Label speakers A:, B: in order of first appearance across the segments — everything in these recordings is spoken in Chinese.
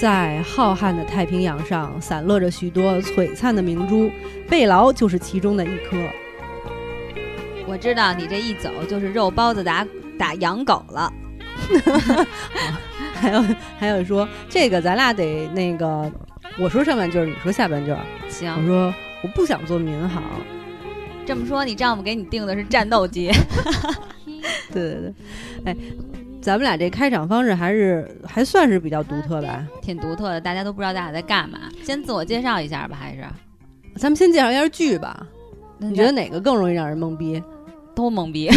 A: 在浩瀚的太平洋上散落着许多璀璨的明珠，贝劳就是其中的一颗。
B: 我知道你这一走就是肉包子打打养狗了。
A: 还有还有说这个咱俩得那个，我说上半句儿，你说下半句儿。我
B: 行，
A: 说我不想做民航。
B: 这么说你丈夫给你定的是战斗机，
A: 对对对，哎，咱们俩这开场方式还是还算是比较独特吧。
B: 挺独特的，大家都不知道咱俩在干嘛。先自我介绍一下吧，还是
A: 咱们先介绍一下剧吧，你
B: 你
A: 觉得哪个更容易让人懵逼？
B: 都 懵逼？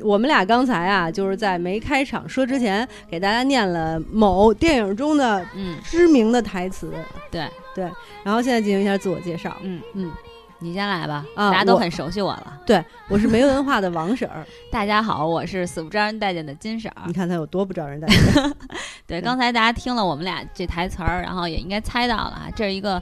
A: 我们俩刚才啊，就是在没开场说之前，给大家念了某电影中的
B: 嗯，
A: 知名的台词。
B: 对
A: 对，然后现在进行一下自我介绍。
B: 嗯
A: 嗯，
B: 你先来吧，
A: 啊
B: 大家都
A: 我
B: 很熟悉我了。
A: 我是没文化的王 婶儿，
B: 大家好，我是死不招人待见的金婶儿
A: 你。看他有多不招人待
B: 对，
A: 嗯对
B: 刚才大家听了我们俩这台词儿，然后也应该猜到了啊，这是一个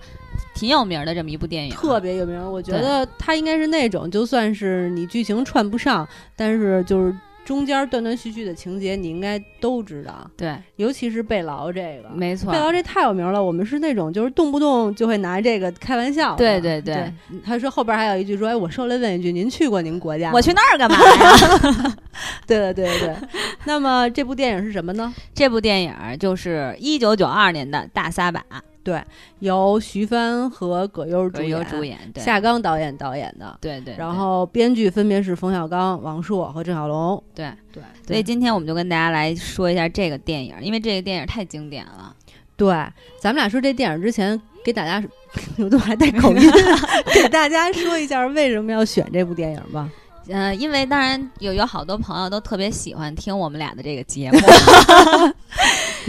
B: 挺有名儿的这么一部电影，
A: 特别有名儿。我觉
B: 对
A: 得他应该是那种，就算是你剧情串不上，但是就是中间断断续续的情节，你应该都知道。
B: 对，
A: 尤其是贝劳这个，
B: 没错
A: 贝，劳这太有名了。我们是那种就是动不动就会拿这个开玩笑的。
B: 对对
A: 对。
B: 对，
A: 他说后边还有一句说：“哎，我受累问一句，您去过您国家吗？”
B: 我去那儿干嘛呀？
A: 对对对对 对。那么这部电影是什么呢？
B: 这部电影儿就是一九九二年的《大撒把》，
A: 由徐帆和葛优主
B: 葛优主演，对
A: 夏刚导演导演的，
B: 对对，
A: 啊然
B: 对
A: 后编剧分别是冯小刚、王朔和郑晓龙。
B: 对
A: 对，
B: 所以今天我们就跟大家来说一下这个电影儿，因为这个电影儿太经典了。
A: 对，咱们俩说这电影之前，给大 家我怎么还带口音？ 给大家说一下为什么要选这部电影吧。
B: 呃，因为当然有有好多朋友都特别喜欢听我们俩的这 个节目，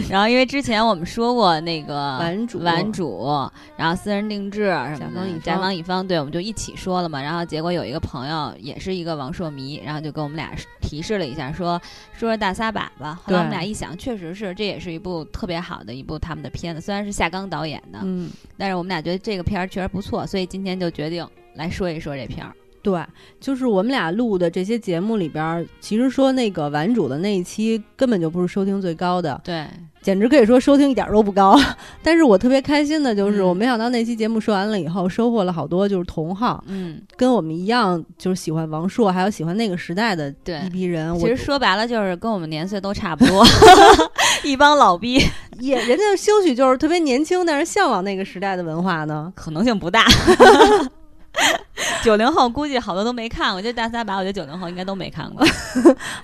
B: 然后因为之前我们说过那个
A: 顽主
B: 玩主，然后私人定制什么
A: 甲方乙方
B: 的，甲方乙方，对，我们就一起说了嘛。然后结果有一个朋友也是一个王朔迷，然后就跟我们俩提示了一下，说说说大撒把吧。后
A: 对
B: 来我们俩一想，确实是，这也是一部特别好的一部他们的片子，虽然是夏刚导演的，
A: 嗯，
B: 但是我们俩觉得这个片儿确实不错，所以今天就决定来说一说这片儿。
A: 对，就是我们俩录的这些节目里边儿，其实说那个顽主的那一期根本就不是收听最高的，
B: 对，
A: 简直可以说收听一点儿都不高。但是我特别开心的就是，
B: 嗯
A: 我没想到那期节目说完了以后，收获了好多就是同好，
B: 嗯，
A: 跟我们一样就是喜欢王朔，还有喜欢那个时代的
B: 对
A: 一批人。
B: 其
A: 我
B: 实说白了就是跟我们年岁都差 不多，一帮老逼，
A: 也人家兴许就是特别年轻，但是向往那个时代的文化呢。
B: 可能性 不大。九零后估计好多都没看过，就大撒把，我觉得九零后应该都没看过。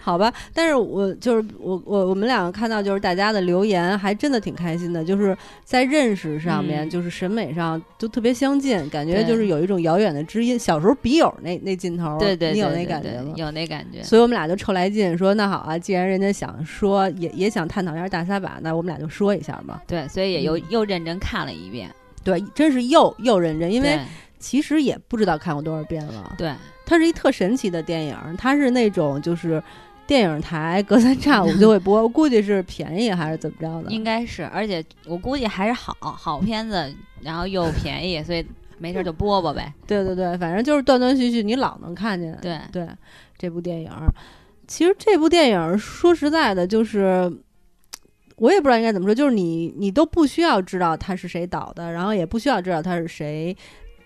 A: 好吧，但是我就是我我我们两个看到就是大家的留言，还真的挺开心的，就是在认识上面，
B: 嗯
A: 就是审美上都特别相近，感觉
B: 对
A: 就是有一种遥远的知音，小时候笔友那那劲头儿，
B: 对
A: 哦
B: 对对，
A: 你有
B: 对
A: 那感
B: 对
A: 觉吗？
B: 有那感觉。
A: 所以我们俩就臭来劲，说那好啊，既然人家想说，也也想探讨一下大撒把，那我们俩就说一下吧。
B: 对，所以也又、
A: 嗯
B: 又认真看了一遍，
A: 对，真是又又认真，因为
B: 对
A: 其实也不知道看过多少遍了。
B: 对
A: 它是一特神奇的电影儿，它是那种就是电影台隔三差五就会播，我估计是便宜还是怎么着的。
B: 应该是，而且我估计还是好好片子，然后又便宜，所以没事儿就播播呗。
A: 对对对，反正就是断断续续，你老能看见。
B: 对，
A: 对这部电影儿，其实这部电影儿说实在的，就是。我也不知道应该怎么说，就是你，你都不需要知道他是谁导的，然后也不需要知道他是谁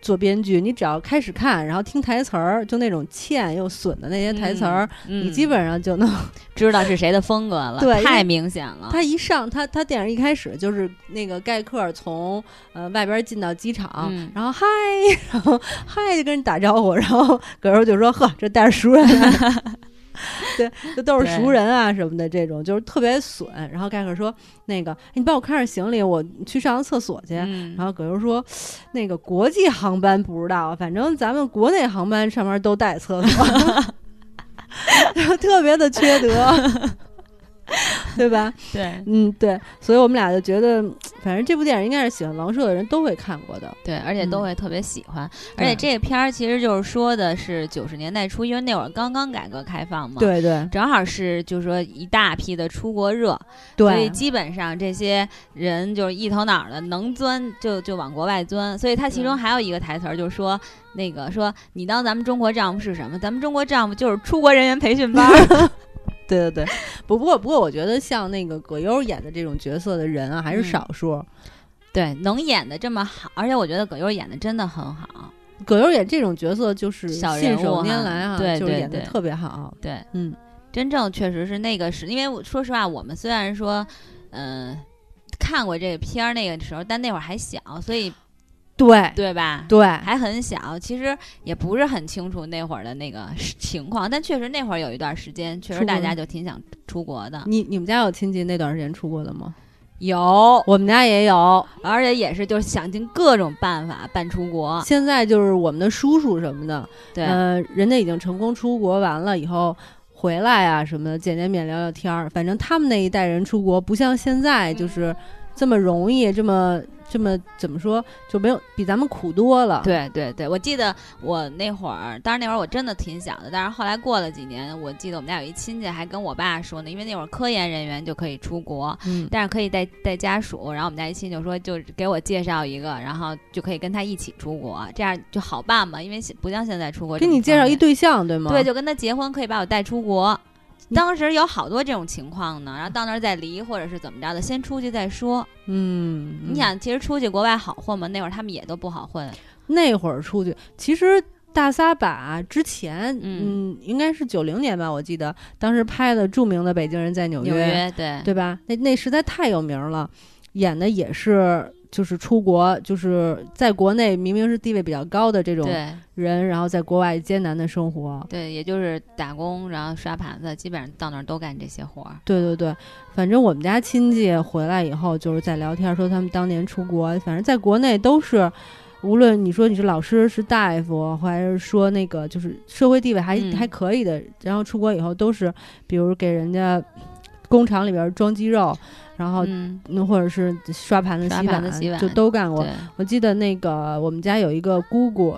A: 做编剧，你只要开始看，然后听台词儿，就那种欠又损的那些台词儿，
B: 嗯
A: 你基本上就能
B: 知道是谁的风格了，
A: 对因为
B: 太明显了。 嗯
A: 他一上，他他电影一开始就是那个盖克从呃外边进到机场，
B: 嗯
A: 啊然后嗨， 然后嗨就跟人打招呼，然后葛优就说：“呵，这带着熟人、啊。” 对，就都是熟人啊什么的，这种就是特别损。然后盖克说：“那个，哎你帮我看着行李，我去上个厕所去。
B: 嗯
A: 然后葛优说：“那个国际航班不知道，反正咱们国内航班上面都带厕所， 然后特别的缺德， 对吧？
B: 对
A: 嗯，对，所以我们俩就觉得，嗯反正这部电影应该是喜欢王朔的人都会看过的。
B: 对，而且都
A: 嗯
B: 会特别喜欢。而且这片儿其实就是说的是九十年代初，因为那会儿刚刚改革开放嘛，，
A: 对对
B: 正好是就是说一大批的出国热，所以
A: 对
B: 基本上这些人就是一头脑儿的能钻就就往国外钻。所以他其中
A: 对
B: 还有一个台词儿就是说。那个说你当咱们中国丈夫是什么？咱们中国丈夫就是出国人员培训班儿，
A: 对对对，不不过不过，我觉得像那个葛优演的这种角色的人啊，还是
B: 嗯
A: 少数。
B: 对，能演的这么好，而且我觉得葛优演的真的很好。
A: 葛优演这种角色就是
B: 小人
A: 信
B: 物
A: 手拈
B: 哈
A: 来啊，
B: 对
A: 就是
B: 对
A: 演的
B: 对
A: 特别好。
B: 对，
A: 嗯，
B: 真正确实是那个是因为我说实话，我们虽然说，嗯、看过这个片儿那个时候，但那会儿还小，所以
A: 对
B: 对吧？
A: 对
B: 还很小，其实也不是很清楚那会儿的那个实情况，但确实那会儿有一段时间，确
A: 出国
B: 实大
A: 了嗯
B: 家就挺想出国的。
A: 你你们家有亲戚那段时间出国的吗？啊
B: 有，
A: 我们家也有，
B: 而且也是就是想尽各种办法办出国。
A: 现在就是我们的叔叔什么的，
B: 对，
A: 呃，人家已经成功出国完了以后。回来啊什么的，见见面聊聊天儿，反正他们那一代人出国不像现在
B: 嗯
A: 就是这么容易，这么这么怎么说就没有比咱们苦多了。
B: 对对对，我记得我那会儿，当然那会儿我真的挺小的，但是后来过了几年，我记得我们家有一亲戚还跟我爸说呢，因为那会儿科研人员就可以出国，
A: 嗯，
B: 但是可以带带家属，然后我们家一亲戚就说，就给我介绍一个，然后就可以跟他一起出国，这样就好办嘛，因为现不像现在出国这
A: 给
B: 么
A: 你介绍一
B: 方便。
A: 对象对吗？
B: 对，就跟他结婚，可以把我带出国。
A: 你
B: 当时有好多这种情况呢，然后到那儿再离，或者是怎么着的，先出去再说。
A: 嗯，嗯
B: 你想，其实出去国外好混吗？那会儿他们也都不好混。
A: 那会儿出去，其实大撒把之前，
B: 嗯
A: 嗯，应该是九零年吧，我记得当时拍的著名的《北京人在纽约》
B: 纽约对
A: 对吧？那那实在太有名了，演的也是就是出国，就是在国内明明是地位比较高的这种
B: 对
A: 人，然后在国外艰难的生活。
B: 对，也就是打工，然后刷盘子，基本上到那儿都干这些活儿。
A: 对对对，反正我们家亲戚回来以后，就是在聊天说他们当年出国，反正在国内都是，无论你说你是老师是大夫，还是说那个就是社会地位还、
B: 嗯
A: 还可以的，然后出国以后都是，比如给人家工厂里边装鸡肉，然后、
B: 嗯，
A: 嗯或者是刷盘子、
B: 刷
A: 洗
B: 盘
A: 碗，
B: 子洗碗
A: 就都干过。
B: 对，
A: 我记得那个我们家有一个姑姑。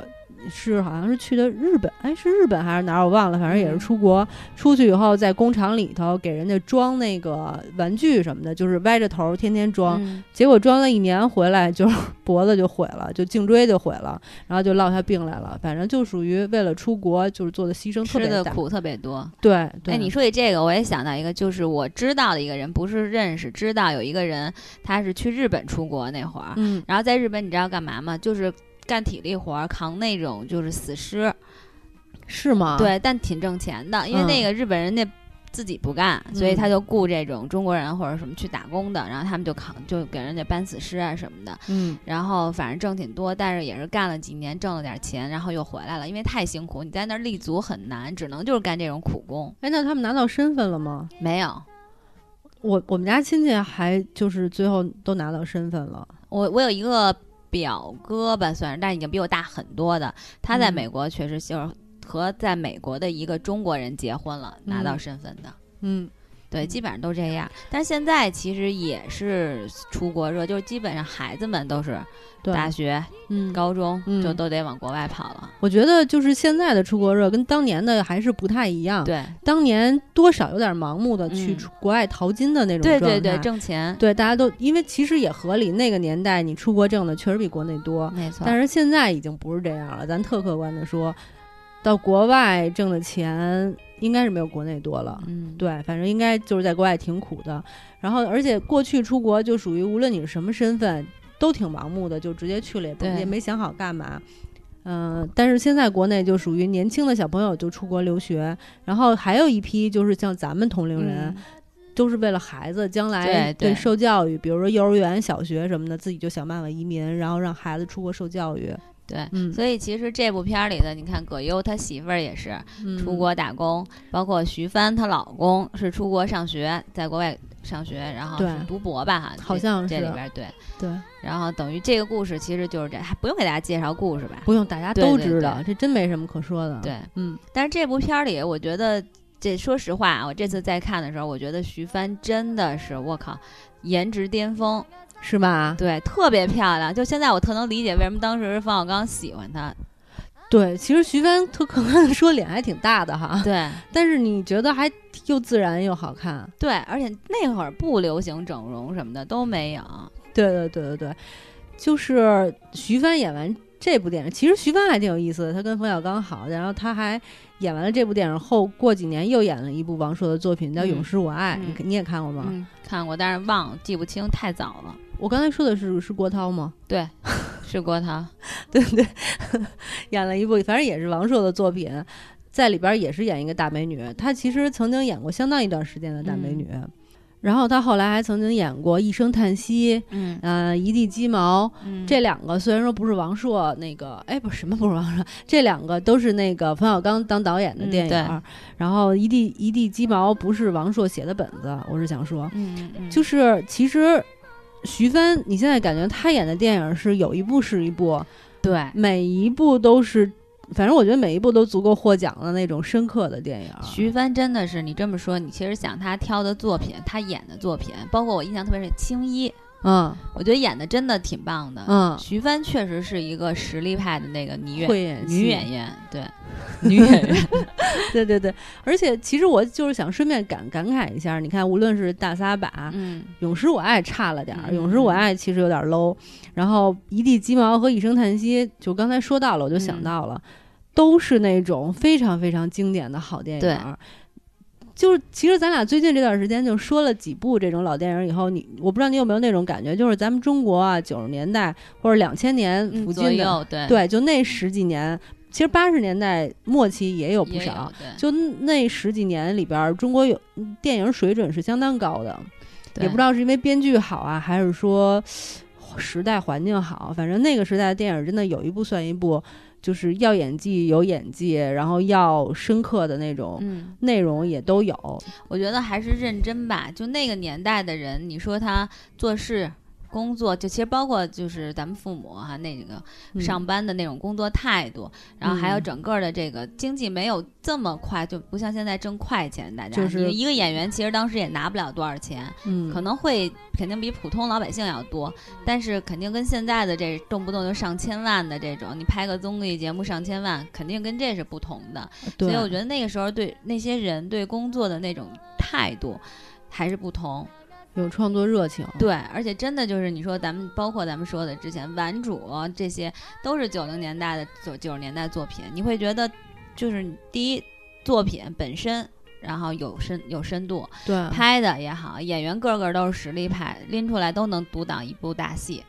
A: 是，好像是去的日本，哎，是日本还是哪儿？我忘了，反正也是
B: 嗯
A: 出国。出去以后，在工厂里头给人家装那个玩具什么的，就是歪着头天天装。
B: 嗯
A: 结果装了一年回来，就是 脖子就毁了，就颈椎就毁了，然后就落下病来了。反正就属于为了出国，就是做的牺牲特
B: 吃
A: 别
B: 的
A: 大。
B: 苦特别多。
A: 对，对，
B: 哎，你说起这个，我也想到一个，就是我知道的一个人，不是认识，知道有一个人，他是去日本出国那会儿，
A: 嗯，
B: 然后在日本你知道干嘛吗？就是干体力活儿，扛那种就是死尸，
A: 是吗？，
B: 对，但挺挣钱的，因为
A: 啊嗯
B: 那个日本人家自己不干，所以
A: 嗯
B: 他就雇这种中国人或者什么去打工的，然后他们就扛，就给人家搬死尸啊什么的，
A: 嗯，
B: 然后反正挣挺多，但是也是干了几年，挣了点钱，然后又回来了，因为太辛苦，你在那儿立足很难，只能就是干这种苦工。
A: 哎，那他们拿到身份了吗？
B: 没有，
A: 我我们家亲戚还就是最后都拿到身份了。
B: 我我有一个表哥吧，算是，但已经比我大很多的，他在
A: 嗯
B: 美国确实就是和在美国的一个中国人结婚了，拿到
A: 嗯
B: 身份的。
A: 嗯，
B: 对，基本上都这样。但是现在其实也是出国热，就是基本上孩子们都是
A: 对，
B: 大学、
A: 嗯，
B: 高中、
A: 嗯
B: 就都得往国外跑了。
A: 我觉得就是现在的出国热跟当年的还是不太一样。
B: 对，
A: 当年多少有点盲目的去
B: 嗯
A: 出国外淘金的那种
B: 对
A: 状态。
B: 对对，挣钱，
A: 对大家都因为其实也合理，那个年代你出国挣的确实比国内多，
B: 没错。
A: 但是现在已经不是这样了。咱特客观的说，到国外挣的钱应该是没有国内多了。
B: 嗯，
A: 对，反正应该就是在国外挺苦的。然后，而且过去出国就属于无论你是什么身份，都挺盲目的，就直接去了，也不
B: 对
A: 也没想好干嘛。嗯、但是现在国内就属于年轻的小朋友就出国留学，然后还有一批就是像咱们同龄人，
B: 嗯
A: 都是为了孩子将来
B: 对对
A: 受教育，比如说幼儿园、小学什么的，自己就想办法移民，然后让孩子出国受教育。
B: 对。
A: 嗯，
B: 所以其实这部片儿里的，你看葛优他媳妇儿也是
A: 嗯
B: 出国打工，包括徐帆她老公是出国上学，在国外上学，然后
A: 对
B: 是读博吧，哈，
A: 好
B: 这
A: 像
B: 这
A: 是
B: 里边儿对。
A: 对，
B: 然后等于这个故事其实就是这，还不用给大家介绍故事吧？
A: 不用大家
B: 对
A: 都
B: 对
A: 知
B: 对
A: 道，这真没什么可说的。，
B: 对，
A: 嗯，
B: 但是这部片儿里，我觉得这说实话，啊，我这次再看的时候，我觉得徐帆真的是我靠，颜值巅峰，
A: 是吧？
B: 对，特别漂亮。就现在我特能理解为什么当时冯小刚喜欢她，
A: 对，其实徐帆特客观的说脸还挺大的哈，
B: 对
A: 但是你觉得还又自然又好看。
B: 对，而且那会儿不流行整容什么的都没有，
A: 对对对对对，就是徐帆演完这部电影其实徐帆还挺有意思的，他跟冯小刚好，然后他还演完了这部电影后，过几年又演了一部王朔的作品，叫《
B: 嗯
A: 永失我爱》，
B: 嗯
A: 你你也看过吗？
B: 嗯，看过，但是忘了，记不清，太早了。
A: 我刚才说的是是郭涛吗？
B: 对， 是郭涛。
A: 对不对？演了一部，反正也是王朔的作品，在里边儿也是演一个大美女。她其实曾经演过相当一段时间的大美女，
B: 嗯
A: 然后她后来还曾经演过《一声叹息》。
B: 嗯，
A: 呃，一地鸡毛
B: 嗯
A: 这两个虽然说不是王朔那个，哎，不是什么不是王朔，这两个都是那个冯小刚当导演的
B: 嗯
A: 电影
B: 对
A: 儿。然后一地一地鸡毛不是王朔写的本子，我是想说，
B: 嗯嗯，
A: 就是是其实徐帆，你现在感觉他演的电影是有一部是一部，
B: 对。
A: 每一部都是，反正我觉得每一部都足够获奖的那种深刻的电影。
B: 徐帆真的是，你这么说，你其实想他挑的作品，他演的作品，包括我印象特别是青衣，
A: 嗯
B: 我觉得演的真的挺棒的。
A: 嗯，
B: 徐帆确实是一个实力派的那个女演
A: 会演戏
B: 女演，员，对，女演员，
A: 对对对。而且其实我就是想顺便感感慨一下，你看，无论是大撒把，
B: 嗯
A: 《永失我爱》差了点儿，
B: 嗯
A: 《永失我爱》其实有点 low，然后《一地鸡毛》和《一声叹息》，就刚才说到了，我就
B: 嗯
A: 想到了，都是那种非常非常经典的好电影
B: 对
A: 儿。就是其实咱俩最近这段时间就说了几部这种老电影以后，你我不知道你有没有那种感觉，就是咱们中国啊九十年代或者两千年
B: 嗯
A: 附
B: 左
A: 近的，
B: 右，对，
A: 对，就那十几年，其实八十年代末期也有不
B: 也
A: 少，
B: 有，对，
A: 就那十几年里边儿，中国有嗯电影水准是相当高的，
B: 对
A: 也不知道是因为编剧好啊，还是说呃时代环境好。反正那个时代的电影真的有一部算一部，就是要演技有演技，然后要深刻的那种
B: 嗯，
A: 内容也都有。
B: 我觉得还是认真吧。就那个年代的人，你说他做事、工作，就其实包括就是咱们父母哈、那个
A: 嗯
B: 上班的那种工作态度，然后还有整个的这个经济没有这么快，就不像现在挣快钱，大家
A: 就是
B: 你一个演员其实当时也拿不了多少钱，
A: 嗯，
B: 可能会肯定比普通老百姓要多，但是肯定跟现在的这动不动就上千万的这种，你拍个综艺节目上千万，肯定跟这是不同的。所
A: 对
B: 以我觉得那个时候对那些人对工作的那种态度还是不同。
A: 有创作热情。
B: 对，而且真的就是你说咱们，包括咱们说的之前顽主啊这些，都是九零年代的九九十年代作品，你会觉得就是你第一作品本身。然后有深有深度，
A: 对，
B: 拍的也好，演员个个都是实力派，拎出来都能独挡一部大戏，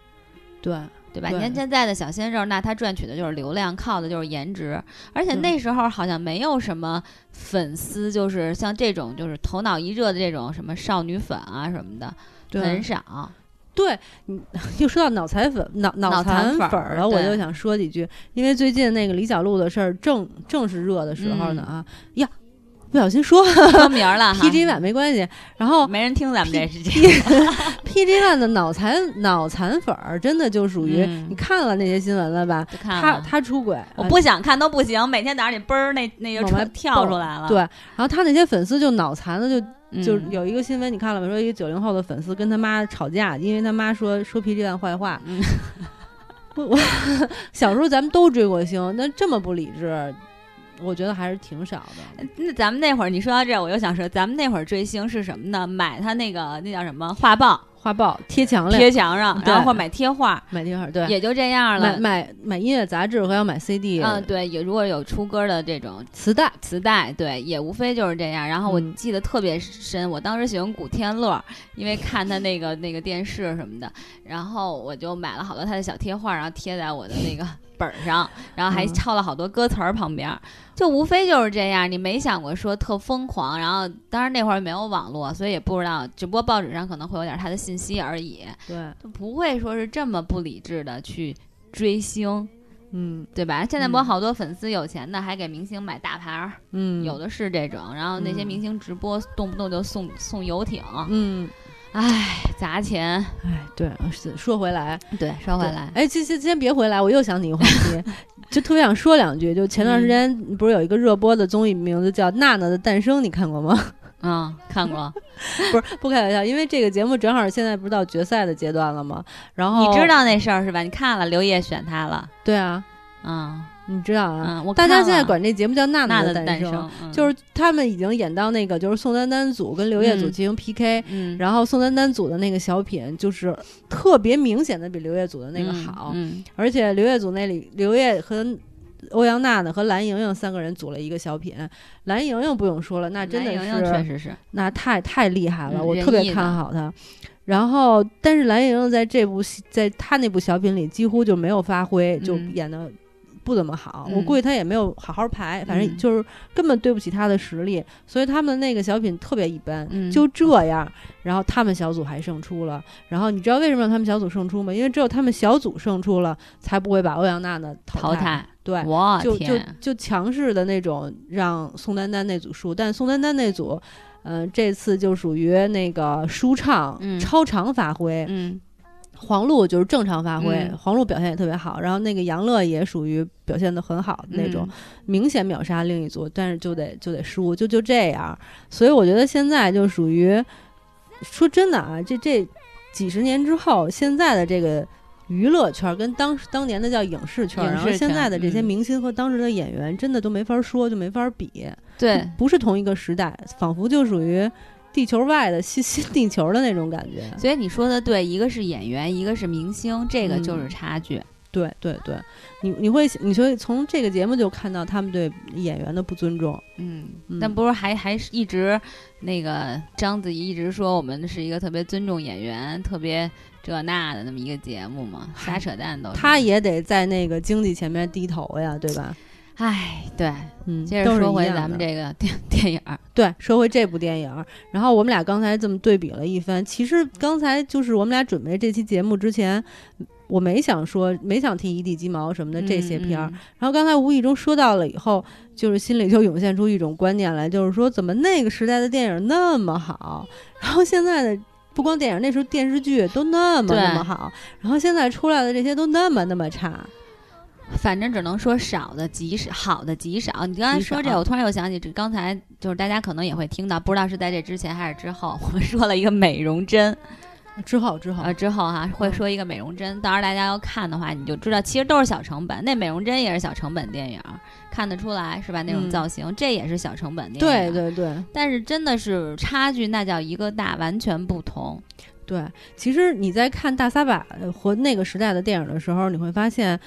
A: 对
B: 对吧？
A: 对
B: 你看现在的小鲜肉，那他赚取的就是流量，靠的就是颜值，而且
A: 对
B: 那时候好像没有什么粉丝，就是像这种就是头脑一热的这种什么少女粉啊什么的，很
A: 对
B: 少。
A: 对，你 又说到脑残粉、脑脑
B: 脑残
A: 残
B: 粉
A: 粉
B: 儿
A: 儿了，我
B: 对
A: 就想说几句，因为最近那个李小璐的事儿正正是热的时候呢啊、呀，不小心说
B: 说名儿了嗯 哈
A: PG One 没关系，然后
B: 没人听咱们这事情。
A: PG One 的脑残脑残粉儿真的就属于、
B: 嗯
A: 你看了那些新闻了吧？
B: 就看
A: 他
B: 了，
A: 他出轨，
B: 我
A: 啊
B: 不想看都不行，每天早上你嘣儿那那就
A: 往外
B: 出跳出来了。
A: 对，然后他那些粉丝就脑残的就
B: 嗯，
A: 就有一个新闻，你看了没？说一个九零后的粉丝跟他妈吵架，因为他妈说说 PG One 坏话。
B: 嗯
A: 我我小时候咱们都追过星，那这么不理智，我觉得还是挺少的。
B: 那咱们那会儿你说到这儿，我又想说，咱们那会儿追星是什么呢？买他那个那叫什么画报
A: 画报贴墙里
B: 贴墙上，
A: 对
B: 然后或者买贴画，
A: 买贴画，对，
B: 也就这样
A: 买
B: 了。
A: 买买音乐杂志和要买 CD、
B: 嗯，对，也如果有出歌的这种
A: 磁带。
B: 磁带，对，也无非就是这样。然后我
A: 嗯
B: 记得特别深，我当时喜欢古天乐，因为看他那个那个电视什么的，然后我就买了好多他的小贴画，然后贴在我的 那个本儿上，然后还
A: 嗯
B: 抄了好多歌词儿旁边儿，就无非就是这样。你没想过说特疯狂，然后当然那会儿没有网络，所以也不知道，只不过报纸上可能会有点他的信息而已，
A: 对，
B: 就不会说是这么不理智的去追星。
A: 嗯
B: 对吧？现在不是
A: 嗯
B: 好多粉丝有钱的，还给明星买大牌儿，
A: 嗯，
B: 有的是这种。然后那些
A: 嗯
B: 明星直播，动不动就送送游艇，
A: 嗯，
B: 唉，砸钱。
A: 哎，对，是说回来，
B: 对，说回
A: 嗯对
B: 来，
A: 哎，先先先别回来，我又想起一个话 题，就特别想说两句。就前段时间
B: 嗯
A: 不是有一个热播的综艺，名字叫《娜娜的诞生》，你看过吗？
B: 嗯，看过。
A: 不是，不开玩笑，因为这个节目正好现在不是到决赛的阶段了吗？然后
B: 你知道那事儿是吧？你看了，刘烨选他了。
A: 对啊，
B: 嗯，
A: 你知道啊？
B: 嗯，我
A: 大家
B: 看
A: 现在
B: 了
A: 管这节目叫《娜
B: 娜
A: 的
B: 的诞
A: 生》
B: 嗯
A: 就是他们已经演到那个，就是宋丹丹组跟刘烨组
B: 嗯
A: 进行 PK，、
B: 嗯，
A: 然后宋丹丹组的那个小品就是特别明显的比刘烨组的那个
B: 嗯
A: 好，
B: 嗯
A: 而且刘烨组那里，刘烨和欧阳娜娜和蓝盈莹三个人组了一个小品，蓝盈莹不用说了，那真的
B: 蓝
A: 是
B: 盈莹确实是，
A: 那太太厉害了，
B: 嗯
A: 我
B: 仁
A: 特别
B: 义
A: 看
B: 的
A: 好她。然后，但是蓝盈莹在这部戏，在她那部小品里几乎就没有发挥，就
B: 嗯
A: 演的不怎么好。我
B: 嗯
A: 估计她也没有好好排，反正
B: 嗯
A: 就是根本对不起她的实力，所以他们那个小品特别一般。
B: 嗯
A: 就这样，然后他们小组还胜出了。然后你知道为什么让他们小组胜出吗？因为只有他们小组胜出了，才不会把欧阳娜娜淘
B: 淘汰，
A: 对，
B: 我
A: 就就
B: 啊天，
A: 就强势的那种让宋丹丹那组输，但宋丹丹那组，嗯、这次就属于那个舒畅、
B: 嗯
A: 超常发挥，
B: 嗯
A: 黄璐就是正常发挥，
B: 嗯
A: 黄璐表现也特别好，然后那个杨乐也属于表现的很好的那
B: 嗯
A: 种，，明显秒杀另一组，但是就得就得输，就就这样，所以我觉得现在就属于，说真的啊，这这几十年之后，现在的这个。娱乐圈跟当时当年的叫影视圈，
B: 影视
A: 然后现
B: 圈
A: 在的这些
B: 嗯
A: 明星和当时的演员，真的都没法说，就没法比，
B: 嗯对。
A: 不是同一个时代，仿佛就属于地球外的 新新地球的那种感觉。
B: 所以你说的对，一个是演员，一个是明星，这个就是
A: 嗯
B: 差距。
A: 对对对，你你会你就会从这个节目就看到他们对演员的不尊重。
B: 嗯，
A: 嗯
B: 但不是还还是一直那个章子怡一直说我们是一个特别尊重演员、特别这那的那么一个节目嘛，瞎扯淡都是。
A: 他也得在那个经济前面低头呀，对吧？
B: 唉，对，
A: 嗯，
B: 接
A: 都
B: 着
A: 是
B: 说
A: 一
B: 回
A: 样
B: 咱们
A: 的
B: 这个电 电影儿，
A: 对，说回这部电影儿。然后我们俩刚才这么对比了一番，其实刚才就是我们俩准备这期节目之前，我没想说，没想提一地鸡毛什么的这些片儿。
B: 嗯
A: 然后刚才无意中说到了以后，就是心里就涌现出一种观念来，就是说怎么那个时代的电影那么好，然后现在的。不光电影，那时候电视剧都那么
B: 对
A: 那么好，然后现在出来的这些都那么那么差，
B: 嗯反正只能说少的极少，好的极少。你刚才
A: 极
B: 说这
A: 少
B: 个，我突然又想起，这刚才就是大家可能也会听到，不知道是在这之前还是之后，我们说了一个美容针，
A: 之后之后，
B: 呃，之后哈、会
A: 嗯
B: 说一个美容针，到时候大家要看的话，你就知道其实都是小成本，那美容针也是小成本电影儿，看得出来是吧？那
A: 嗯
B: 种造型，这也是小成本电影啊
A: 对
B: 儿，
A: 对对，
B: 但是真的是差距那叫一个大，完全不同。
A: 对，其实你在看大撒把呃和那个时代的电影的时候，你会发现，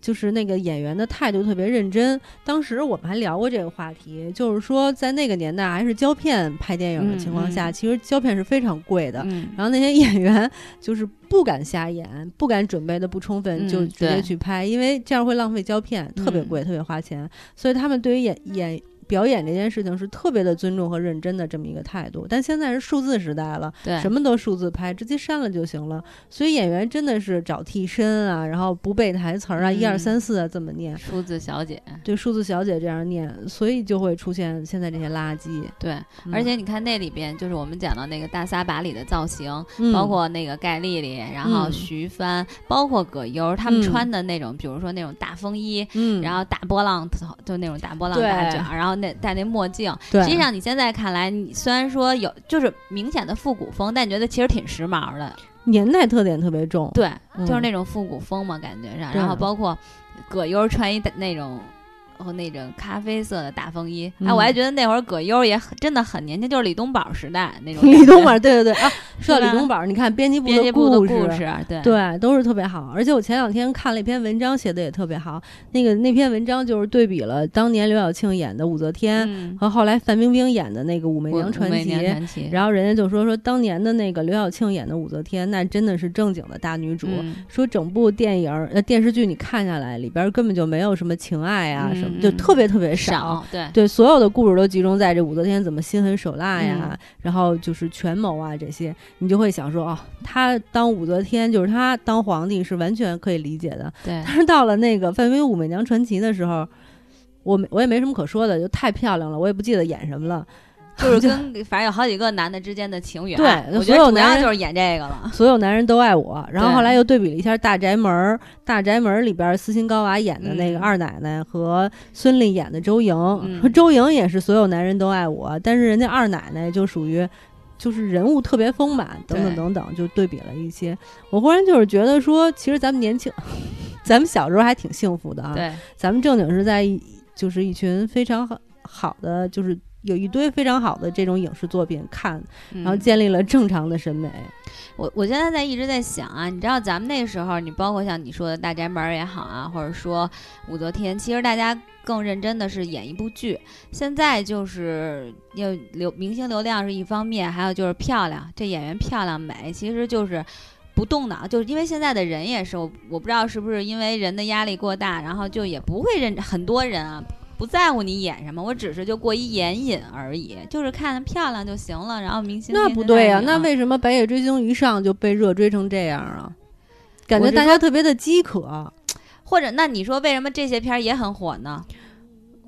A: 就是那个演员的态度特别认真。当时我们还聊过这个话题，就是说在那个年代还是胶片拍电影的情况下，
B: 嗯嗯
A: 其实胶片是非常贵的。
B: 嗯，
A: 然后那些演员就是不敢瞎演，不敢准备的不充分，
B: 嗯
A: 就直接
B: 对
A: 去拍，因为这样会浪费胶片，特别
B: 嗯
A: 贵，特别花钱。所以他们对于演演表演这件事情是特别的尊重和认真的这么一个态度。但现在是数字时代了，
B: 对，
A: 什么都数字拍，直接删了就行了。所以演员真的是找替身啊，然后不背台词儿啊，
B: 嗯
A: 一二三四啊这么念，
B: 数字小姐，
A: 对数字小姐这样念，所以就会出现现在这些垃圾。
B: 对，
A: 嗯
B: 而且你看那里边，就是我们讲到那个大撒把里的造型，
A: 嗯
B: 包括那个盖丽丽，然后
A: 嗯
B: 徐帆，包括葛优，他们
A: 嗯
B: 穿的那种，比如说那种大风衣，
A: 嗯，
B: 然后大波浪头，就那种大波浪
A: 对
B: 大卷儿，然后那戴那墨镜。
A: 对
B: 实际上你现在看来，你虽然说有就是明显的复古风，但你觉得其实挺时髦的。
A: 年代特点特别重。
B: 对，
A: 嗯
B: 就是那种复古风嘛，感觉上。
A: 对
B: 然后包括葛优穿一那种。哦，那种咖啡色的大风衣，哎、
A: 嗯
B: 我还觉得那会儿葛优也很真的很年轻，就是李东宝时代那种感觉。
A: 李东宝，对对对 啊，说到
B: 吧
A: 李东宝，你看编辑部
B: 编辑
A: 的
B: 部的
A: 事，
B: 故事，哎对
A: 对，都是特别好。而且我前两天看了一篇文章，写的也特别好。那个那篇文章就是对比了当年刘晓庆演的武则天、
B: 嗯，
A: 和后来范冰冰演的那个《武媚娘传
B: 武媚
A: 奇》
B: 娘传奇，
A: 然后人家就说说当年的那个刘晓庆演的武则天，那真的是正经的大女主。
B: 嗯
A: 说整部电影儿呃电视剧你看下来，里边儿根本就没有什么情爱啊
B: 嗯
A: 什么，
B: 嗯
A: 就特别特别
B: 少对
A: 对，所有的故事都集中在这武则天怎么心狠手辣呀，
B: 嗯
A: 然后就是权谋啊这些，你就会想说哦，她当武则天就是她当皇帝是完全可以理解的。
B: 对
A: 但是到了那个范冰冰《武媚娘传奇》的时候，我没我也没什么可说的，就太漂亮了，我也不记得演什么了。
B: 就是跟 反正有好几个男的之间的情缘，
A: 对
B: 我
A: 所
B: 觉
A: 有
B: 得主
A: 男
B: 要
A: 人
B: 就是演这个了。
A: 所有男人都爱我。然后
B: 对
A: 后来又对比了一下《大宅门》，《大宅门》里边斯琴高娃演的那个
B: 嗯
A: 二奶奶和孙俪演的周莹，
B: 嗯
A: 说周莹也是所有男人都爱我，但是人家二奶奶就属于。就是人物特别丰满，等等
B: 对
A: 等等，就对比了一些。我忽然就是觉得说，其实咱们年轻， 咱们小时候还挺幸福的啊。
B: 对，
A: 咱们正经是在一就是一群非常好好的，就是有一堆非常好的这种影视作品看，
B: 嗯
A: 然后建立了正常的审美。
B: 我我现在在一直在想啊，你知道咱们那时候，你包括像你说的《大宅门》也好啊，或者说《武则天》，其实大家更认真的是演一部剧。现在就是要流明星流量是一方面，还有就是漂亮，这演员漂亮美，其实就是。不动脑，就是因为现在的人也是，我我不知道是不是因为人的压力过大，然后就也不会认很多人啊，不在乎你演什么，我只是就过一眼瘾而已，就是看漂亮就行了。然后明星
A: 那
B: 天
A: 不
B: 天
A: 对
B: 在啊
A: 呀、
B: 演
A: 那为什么《白夜追凶》一上就被热追成这样啊？感觉
B: 我是
A: 大家特别的饥渴。
B: 或者，那你说为什么这些片儿也很火呢？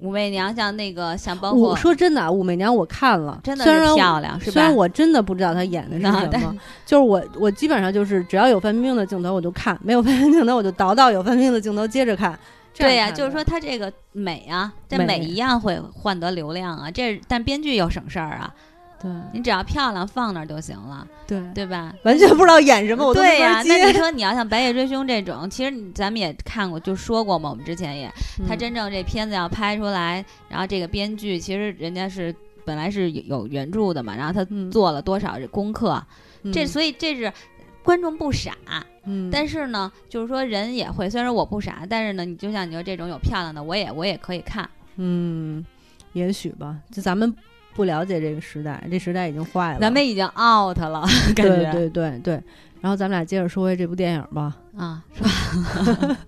B: 武媚娘像那个像包括
A: 我说真的啊，武媚娘我看了，
B: 真的
A: 虽然
B: 是
A: 我
B: 漂亮是
A: 虽
B: 吧
A: 然？我真的不知道她演的是
B: 那
A: 什
B: 但
A: 么，就是我我基本上就是只要有范冰冰的镜头我就看，没有范冰冰镜头我就倒到有范冰冰的镜头接着看。这样
B: 对呀、
A: 看的
B: 就是说她这个美啊，这
A: 美
B: 每一样会换得流量啊，这但编剧又省事儿啊，你只要漂亮放那儿就行了，
A: 对对，
B: 对吧？
A: 完全不知道演什么，我都
B: 对
A: 没
B: 呀、
A: 法接。
B: 那你说你要像《白夜追凶》这种，其实你咱们也看过，就说过嘛，我们之前也他
A: 嗯
B: 真正这片子要拍出来，然后这个编剧其实人家是本来是有有原著的嘛，然后他
A: 嗯
B: 做了多少功课，这所以这是观众不傻，
A: 嗯，
B: 但是呢，就是说人也会，虽然我不傻，但是呢，你就像你说这种有漂亮的，我也我也可以看。
A: 嗯，也许吧，就咱们不了解这个时代，这时代已经坏了。
B: 咱们已经 out 了，感
A: 对
B: 觉
A: 对对对，然后咱们俩接着说回这部电影吧。
B: 啊，是吧？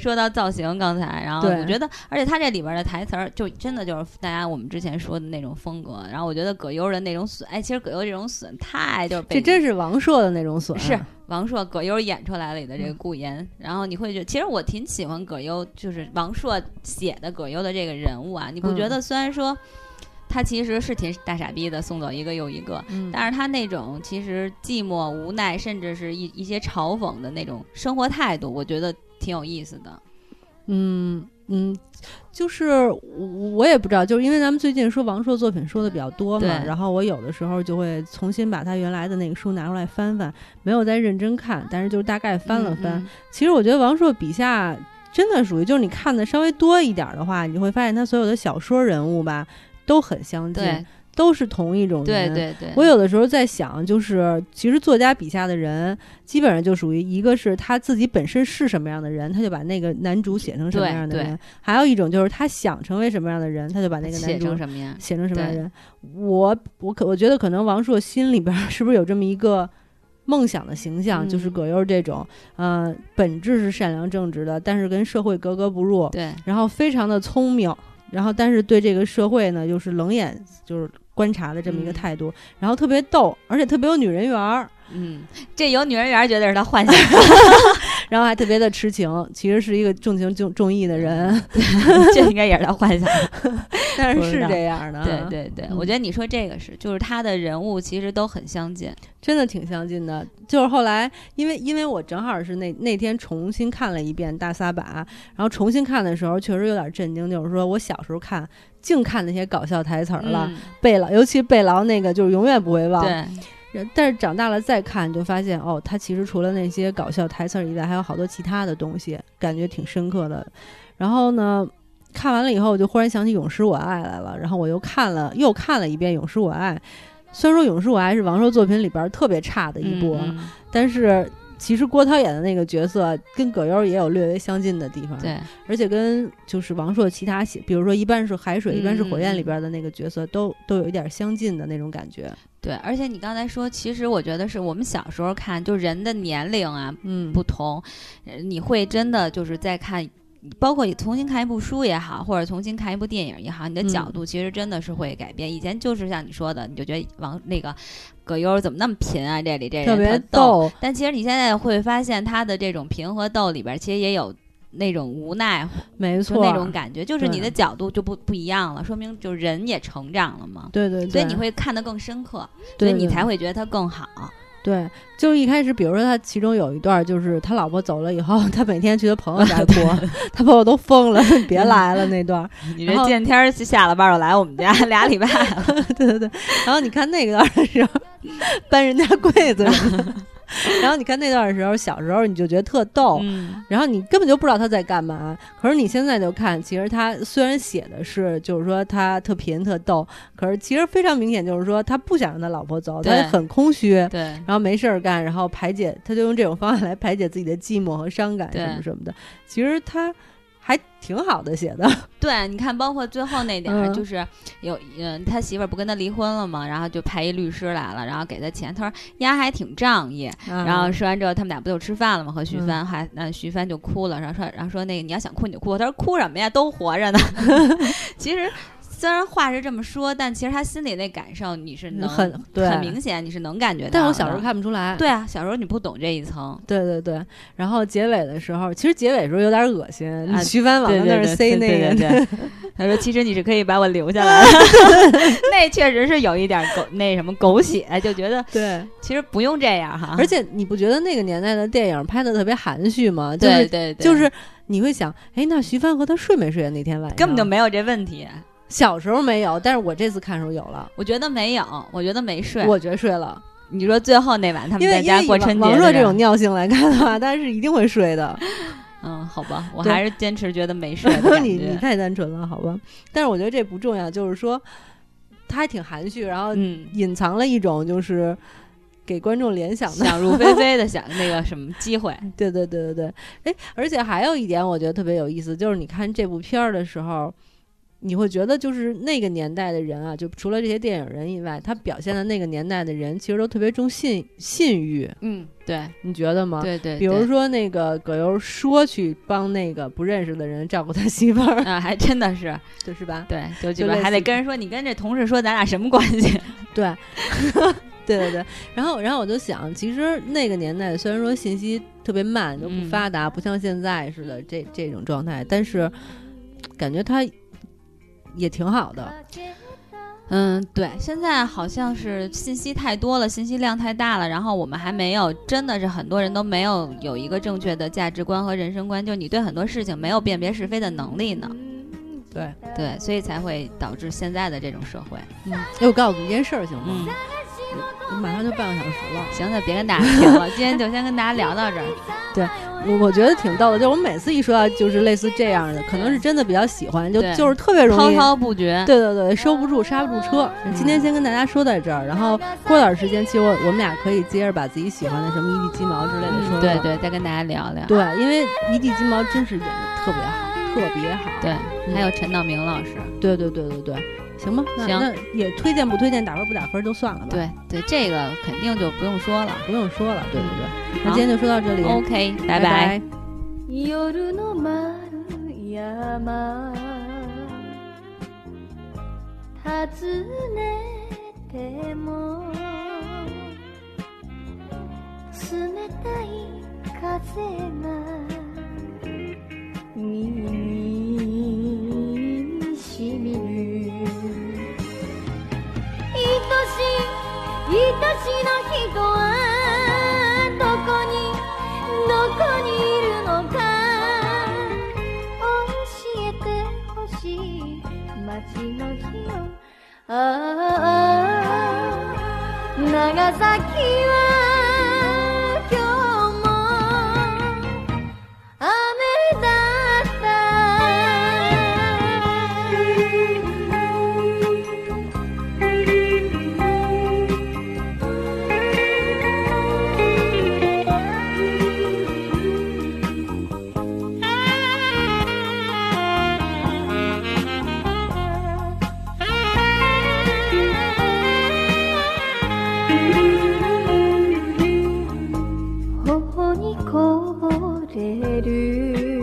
B: 说到造型，刚才，然后
A: 对
B: 我觉得，而且他这里边的台词儿，就真的就是大家我们之前说的那种风格。然后我觉得葛优的那种损，哎，其实葛优这种损太就是
A: 这
B: 被
A: 真是王朔的那种损，啊
B: 是王朔葛优演出来里的这
A: 嗯
B: 个顾炎，然后你会觉得，其实我挺喜欢葛优，就是王朔写的葛优的这个人物啊，你不
A: 嗯
B: 觉得？虽然说他其实是挺大傻逼的，送走一个又一个，
A: 嗯
B: 但是他那种其实寂寞无奈，甚至是一一些嘲讽的那种生活态度，我觉得挺有意思的。
A: 嗯嗯，就是我我也不知道，就是因为咱们最近说王朔作品说的比较多嘛，
B: 对
A: 然后我有的时候就会重新把他原来的那个书拿出来翻翻，没有再认真看，但是就是大概翻了翻。
B: 嗯，嗯
A: 其实我觉得王朔笔下真的属于，就是你看的稍微多一点儿的话，你会发现他所有的小说人物吧都很相近，
B: 嗯对
A: 都是同一种
B: 对
A: 人。
B: 对对，
A: 我有的时候在想，就是其实作家笔下的人，基本上就属于一个是他自己本身是什么样的人，他就把那个男主写成什么
B: 对
A: 样的
B: 对
A: 人；还有一种就是他想成为什么样的人，他就把那个
B: 写
A: 男主
B: 成什 么样？
A: 写成什么样的人。我我可我觉得可能王朔心里边儿是不是有这么一个梦想的形象，就是
B: 嗯
A: 葛优这种，呃，本质是善良正直的，但是跟社会格格不入，
B: 对，
A: 然后非常的聪明，然后但是对这个社会呢，就是冷眼就是观察的这么一个
B: 嗯
A: 态度，然后特别逗，而且特别有女人缘儿，
B: 嗯，这有女人缘，觉得是他幻想的
A: 然后还特别的痴情，其实是一个重情重重义的人，
B: 这应该也是他幻想的。
A: 但是
B: 嗯不知
A: 是
B: 道
A: 这样的啊，
B: 对对对，我
A: 嗯
B: 觉得你说这个是，就是他的人物其实都很相近。
A: 真的挺相近的。就是后来，因为因为我正好是那那天重新看了一遍《大撒把》，然后重新看的时候确实有点震惊，就是说我小时候看净看那些搞笑台词儿了，啊
B: 嗯
A: 贝劳，尤其贝劳那个就是永远不会忘。
B: 对，
A: 然但是长大了再看，就发现哦，他其实除了那些搞笑台词儿以外，还有好多其他的东西，感觉挺深刻的。然后呢，看完了以后，我就忽然想起《永失我爱》来了，然后我又看了又看了一遍《永失我爱》。虽然说《永失我爱》是王朔作品里边儿特别差的一部，啊，
B: 嗯
A: 但是其实郭涛演的那个角色跟葛优也有略微相近的地方
B: 嗯，对，
A: 而且跟就是王朔其他写，比如说一半是海水，一半是火
B: 嗯
A: 焰里边的那个角色，都都有一点相近的那种感觉。
B: 对，而且你刚才说，其实我觉得是我们小时候看，就人的年龄啊
A: 嗯，
B: 不同，呃你会真的就是在看，包括你重新看一部书也好，或者重新看一部电影也好，你的角
A: 嗯
B: 度其实真的是会改变。以前就是像你说的，你就觉得王那个葛优怎么那么贫啊，这里这人
A: 特别
B: 逗，
A: 逗，
B: 但其实你现在会发现，他的这种平和逗里边，其实也有那种无奈，
A: 没
B: 就
A: 错，
B: 那种感觉，就是
A: 对
B: 你的角度就不不一样了，说明就是人也成长了嘛，
A: 对对对，
B: 所以你会看得更深刻，所
A: 对，
B: 以你
A: 对
B: 才会觉得他更好。
A: 对。就一开始，比如说他其中有一段，就是他老婆走了以后， 他每天去他朋友
B: 啊
A: 家哭，他朋友都疯了， 别
B: 嗯
A: 来了那 段。
B: 你
A: 然
B: 这
A: 后
B: 见天儿下了班儿就来我们家 俩礼拜了，
A: 对对对。然后你看那个段的时候，搬人家柜子什么的。然后你看那段的时候，小时候你就觉得特逗，
B: 嗯
A: 然后你根本就不知道他在干嘛。可是你现在就看，其实他虽然写的是，就是说他特贫特逗，可是其实非常明显就是说他不想让他老婆走，他
B: 对
A: 很空虚，然
B: 对
A: 后没事儿干，然后排解，他就用这种方法来排解自己的寂寞和伤感
B: 对
A: 什么什么的。其实他还挺好的写的，
B: 对，你看，包括最后那点儿，
A: 嗯
B: 就是有，嗯，他媳妇儿不跟他离婚了嘛，然后就派一律师来了，然后给他钱，他说丫还挺仗义， 然
A: 啊
B: 后说完之后，他们俩不就吃饭了吗？和徐
A: 嗯
B: 帆还那徐帆就哭了，然后说然后说那个你要想哭你就哭，他说哭什么呀，都活 着呢。其实虽然话是这么说，但其实他心里那感受你是能
A: 很对
B: 很明显，你是能感觉到的。
A: 但我小时候看不出来。
B: 对啊，小时候你不懂这一层，
A: 对对对，然后结尾的时候，其实结尾的时候有点恶心，
B: 啊
A: 徐帆往
B: 对
A: 他那儿
B: 对
A: 塞
B: 对
A: 那个
B: 对对对他说其实你是可以把我留下来的， 那确实是有一点狗那什么狗血，就觉得
A: 对，
B: 其实不用这样哈。
A: 而且你不觉得那个年代的电影拍的特别含蓄吗？就
B: 对
A: 是
B: 对对，
A: 就是你会想，哎，那徐帆和他睡没睡啊？那天晚上
B: 根本就没有这问题，
A: 小时候没有，但是我这次看时候有了，
B: 我觉得没有，我觉得没睡。
A: 我觉得睡了，
B: 你说最后那晚他们
A: 因为
B: 在
A: 因
B: 家
A: 为以
B: 过春
A: 王
B: 节，
A: 王朔这种，尿性来看的话，他是一定会睡的。
B: 嗯，好吧，我
A: 对
B: 还是坚持觉得 没睡 的感
A: 你你
B: 觉。
A: 太单纯了，好吧？但是我觉得这不重要，就是说他还挺含蓄，然后
B: 嗯，
A: 隐藏了一种就是给观众联想的
B: 想入非非的想那个什么机会，
A: 对对对对对，哎，而且还有一点我觉得特别有意思，就是你看这部片儿的时候，你会觉得就是那个年代的人啊，就除了这些电影人以外，他表现的那个年代的人其实都特别重信信誉，
B: 嗯，啊对
A: 你觉得吗？
B: 对对，
A: 比如
B: 对
A: 说那个葛优说去帮那个不认识的人照顾他媳妇儿，
B: 啊，还真的是
A: 对是吧？
B: 对，就
A: 就
B: 这边
A: 类
B: 还得
A: 似
B: 跟人说，你跟这同事说咱俩什么关系？
A: 对， 对对对。然后，然后我就想，其实那个年代虽然说信息特别慢，都不
B: 嗯
A: 发达，不像现在似的这这种状态，但是感觉它也挺好的。
B: 嗯，对，现在好像是信息太多了，信息量太大了，然后我们还没有，真的是很多人都没有有一个正确的价值观和人生观，就你对很多事情没有辨别是非的能力呢。
A: 对，
B: 对，所以才会导致现在的这种社会。
A: 嗯，哎，我告诉你一件事儿行吗
B: 嗯？，
A: 我马上就半个小时了。
B: 行，那别跟大家停了，今天就先跟大家聊到 这儿。
C: 嗯
A: 我我觉得挺逗的，就我每次一说到就是类似这样的，可能是真的比较喜欢，就
B: 对
A: 就是特别容
B: 滔
A: 易。
B: 滔不绝。
A: 对对对，收不住刹不住车。今天先跟大家说到这儿，然后过段时间，其实我我们俩可以接着把自己喜欢的什么一地鸡毛之类的说
B: 嗯
A: 说。
B: 对对，再跟大家聊聊。
A: 对，因为一地鸡毛真是演的特别 好，特别好。
B: 对，还
A: 嗯
B: 有陈道明老师。
A: 对对对对对，行吧，那
B: 行
A: 那也推荐不推荐，打分不打分就算了吧，，
B: 对对，这个肯定就不用说了。
A: 不用说了，对对对。那
B: 好
A: 今天就说到这里，
B: OK，拜
A: 拜
B: 拜。
C: 夜の丸山訪ねても冷たい風が耳にしみる愛しい愛しの人はどこにどこにいるのか教えてほしい街の日よああ長崎は今日も雨だった頬にこぼれる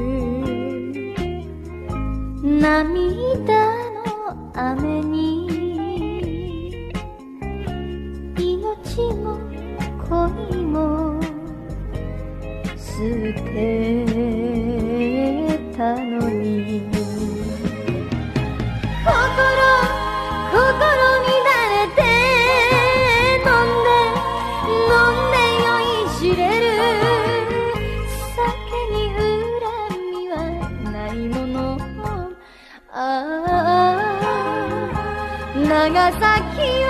C: 涙の雨に命も恋も捨てたのに心心乱れて飛んで飲んで酔いしれる酒に恨みはないものああ長崎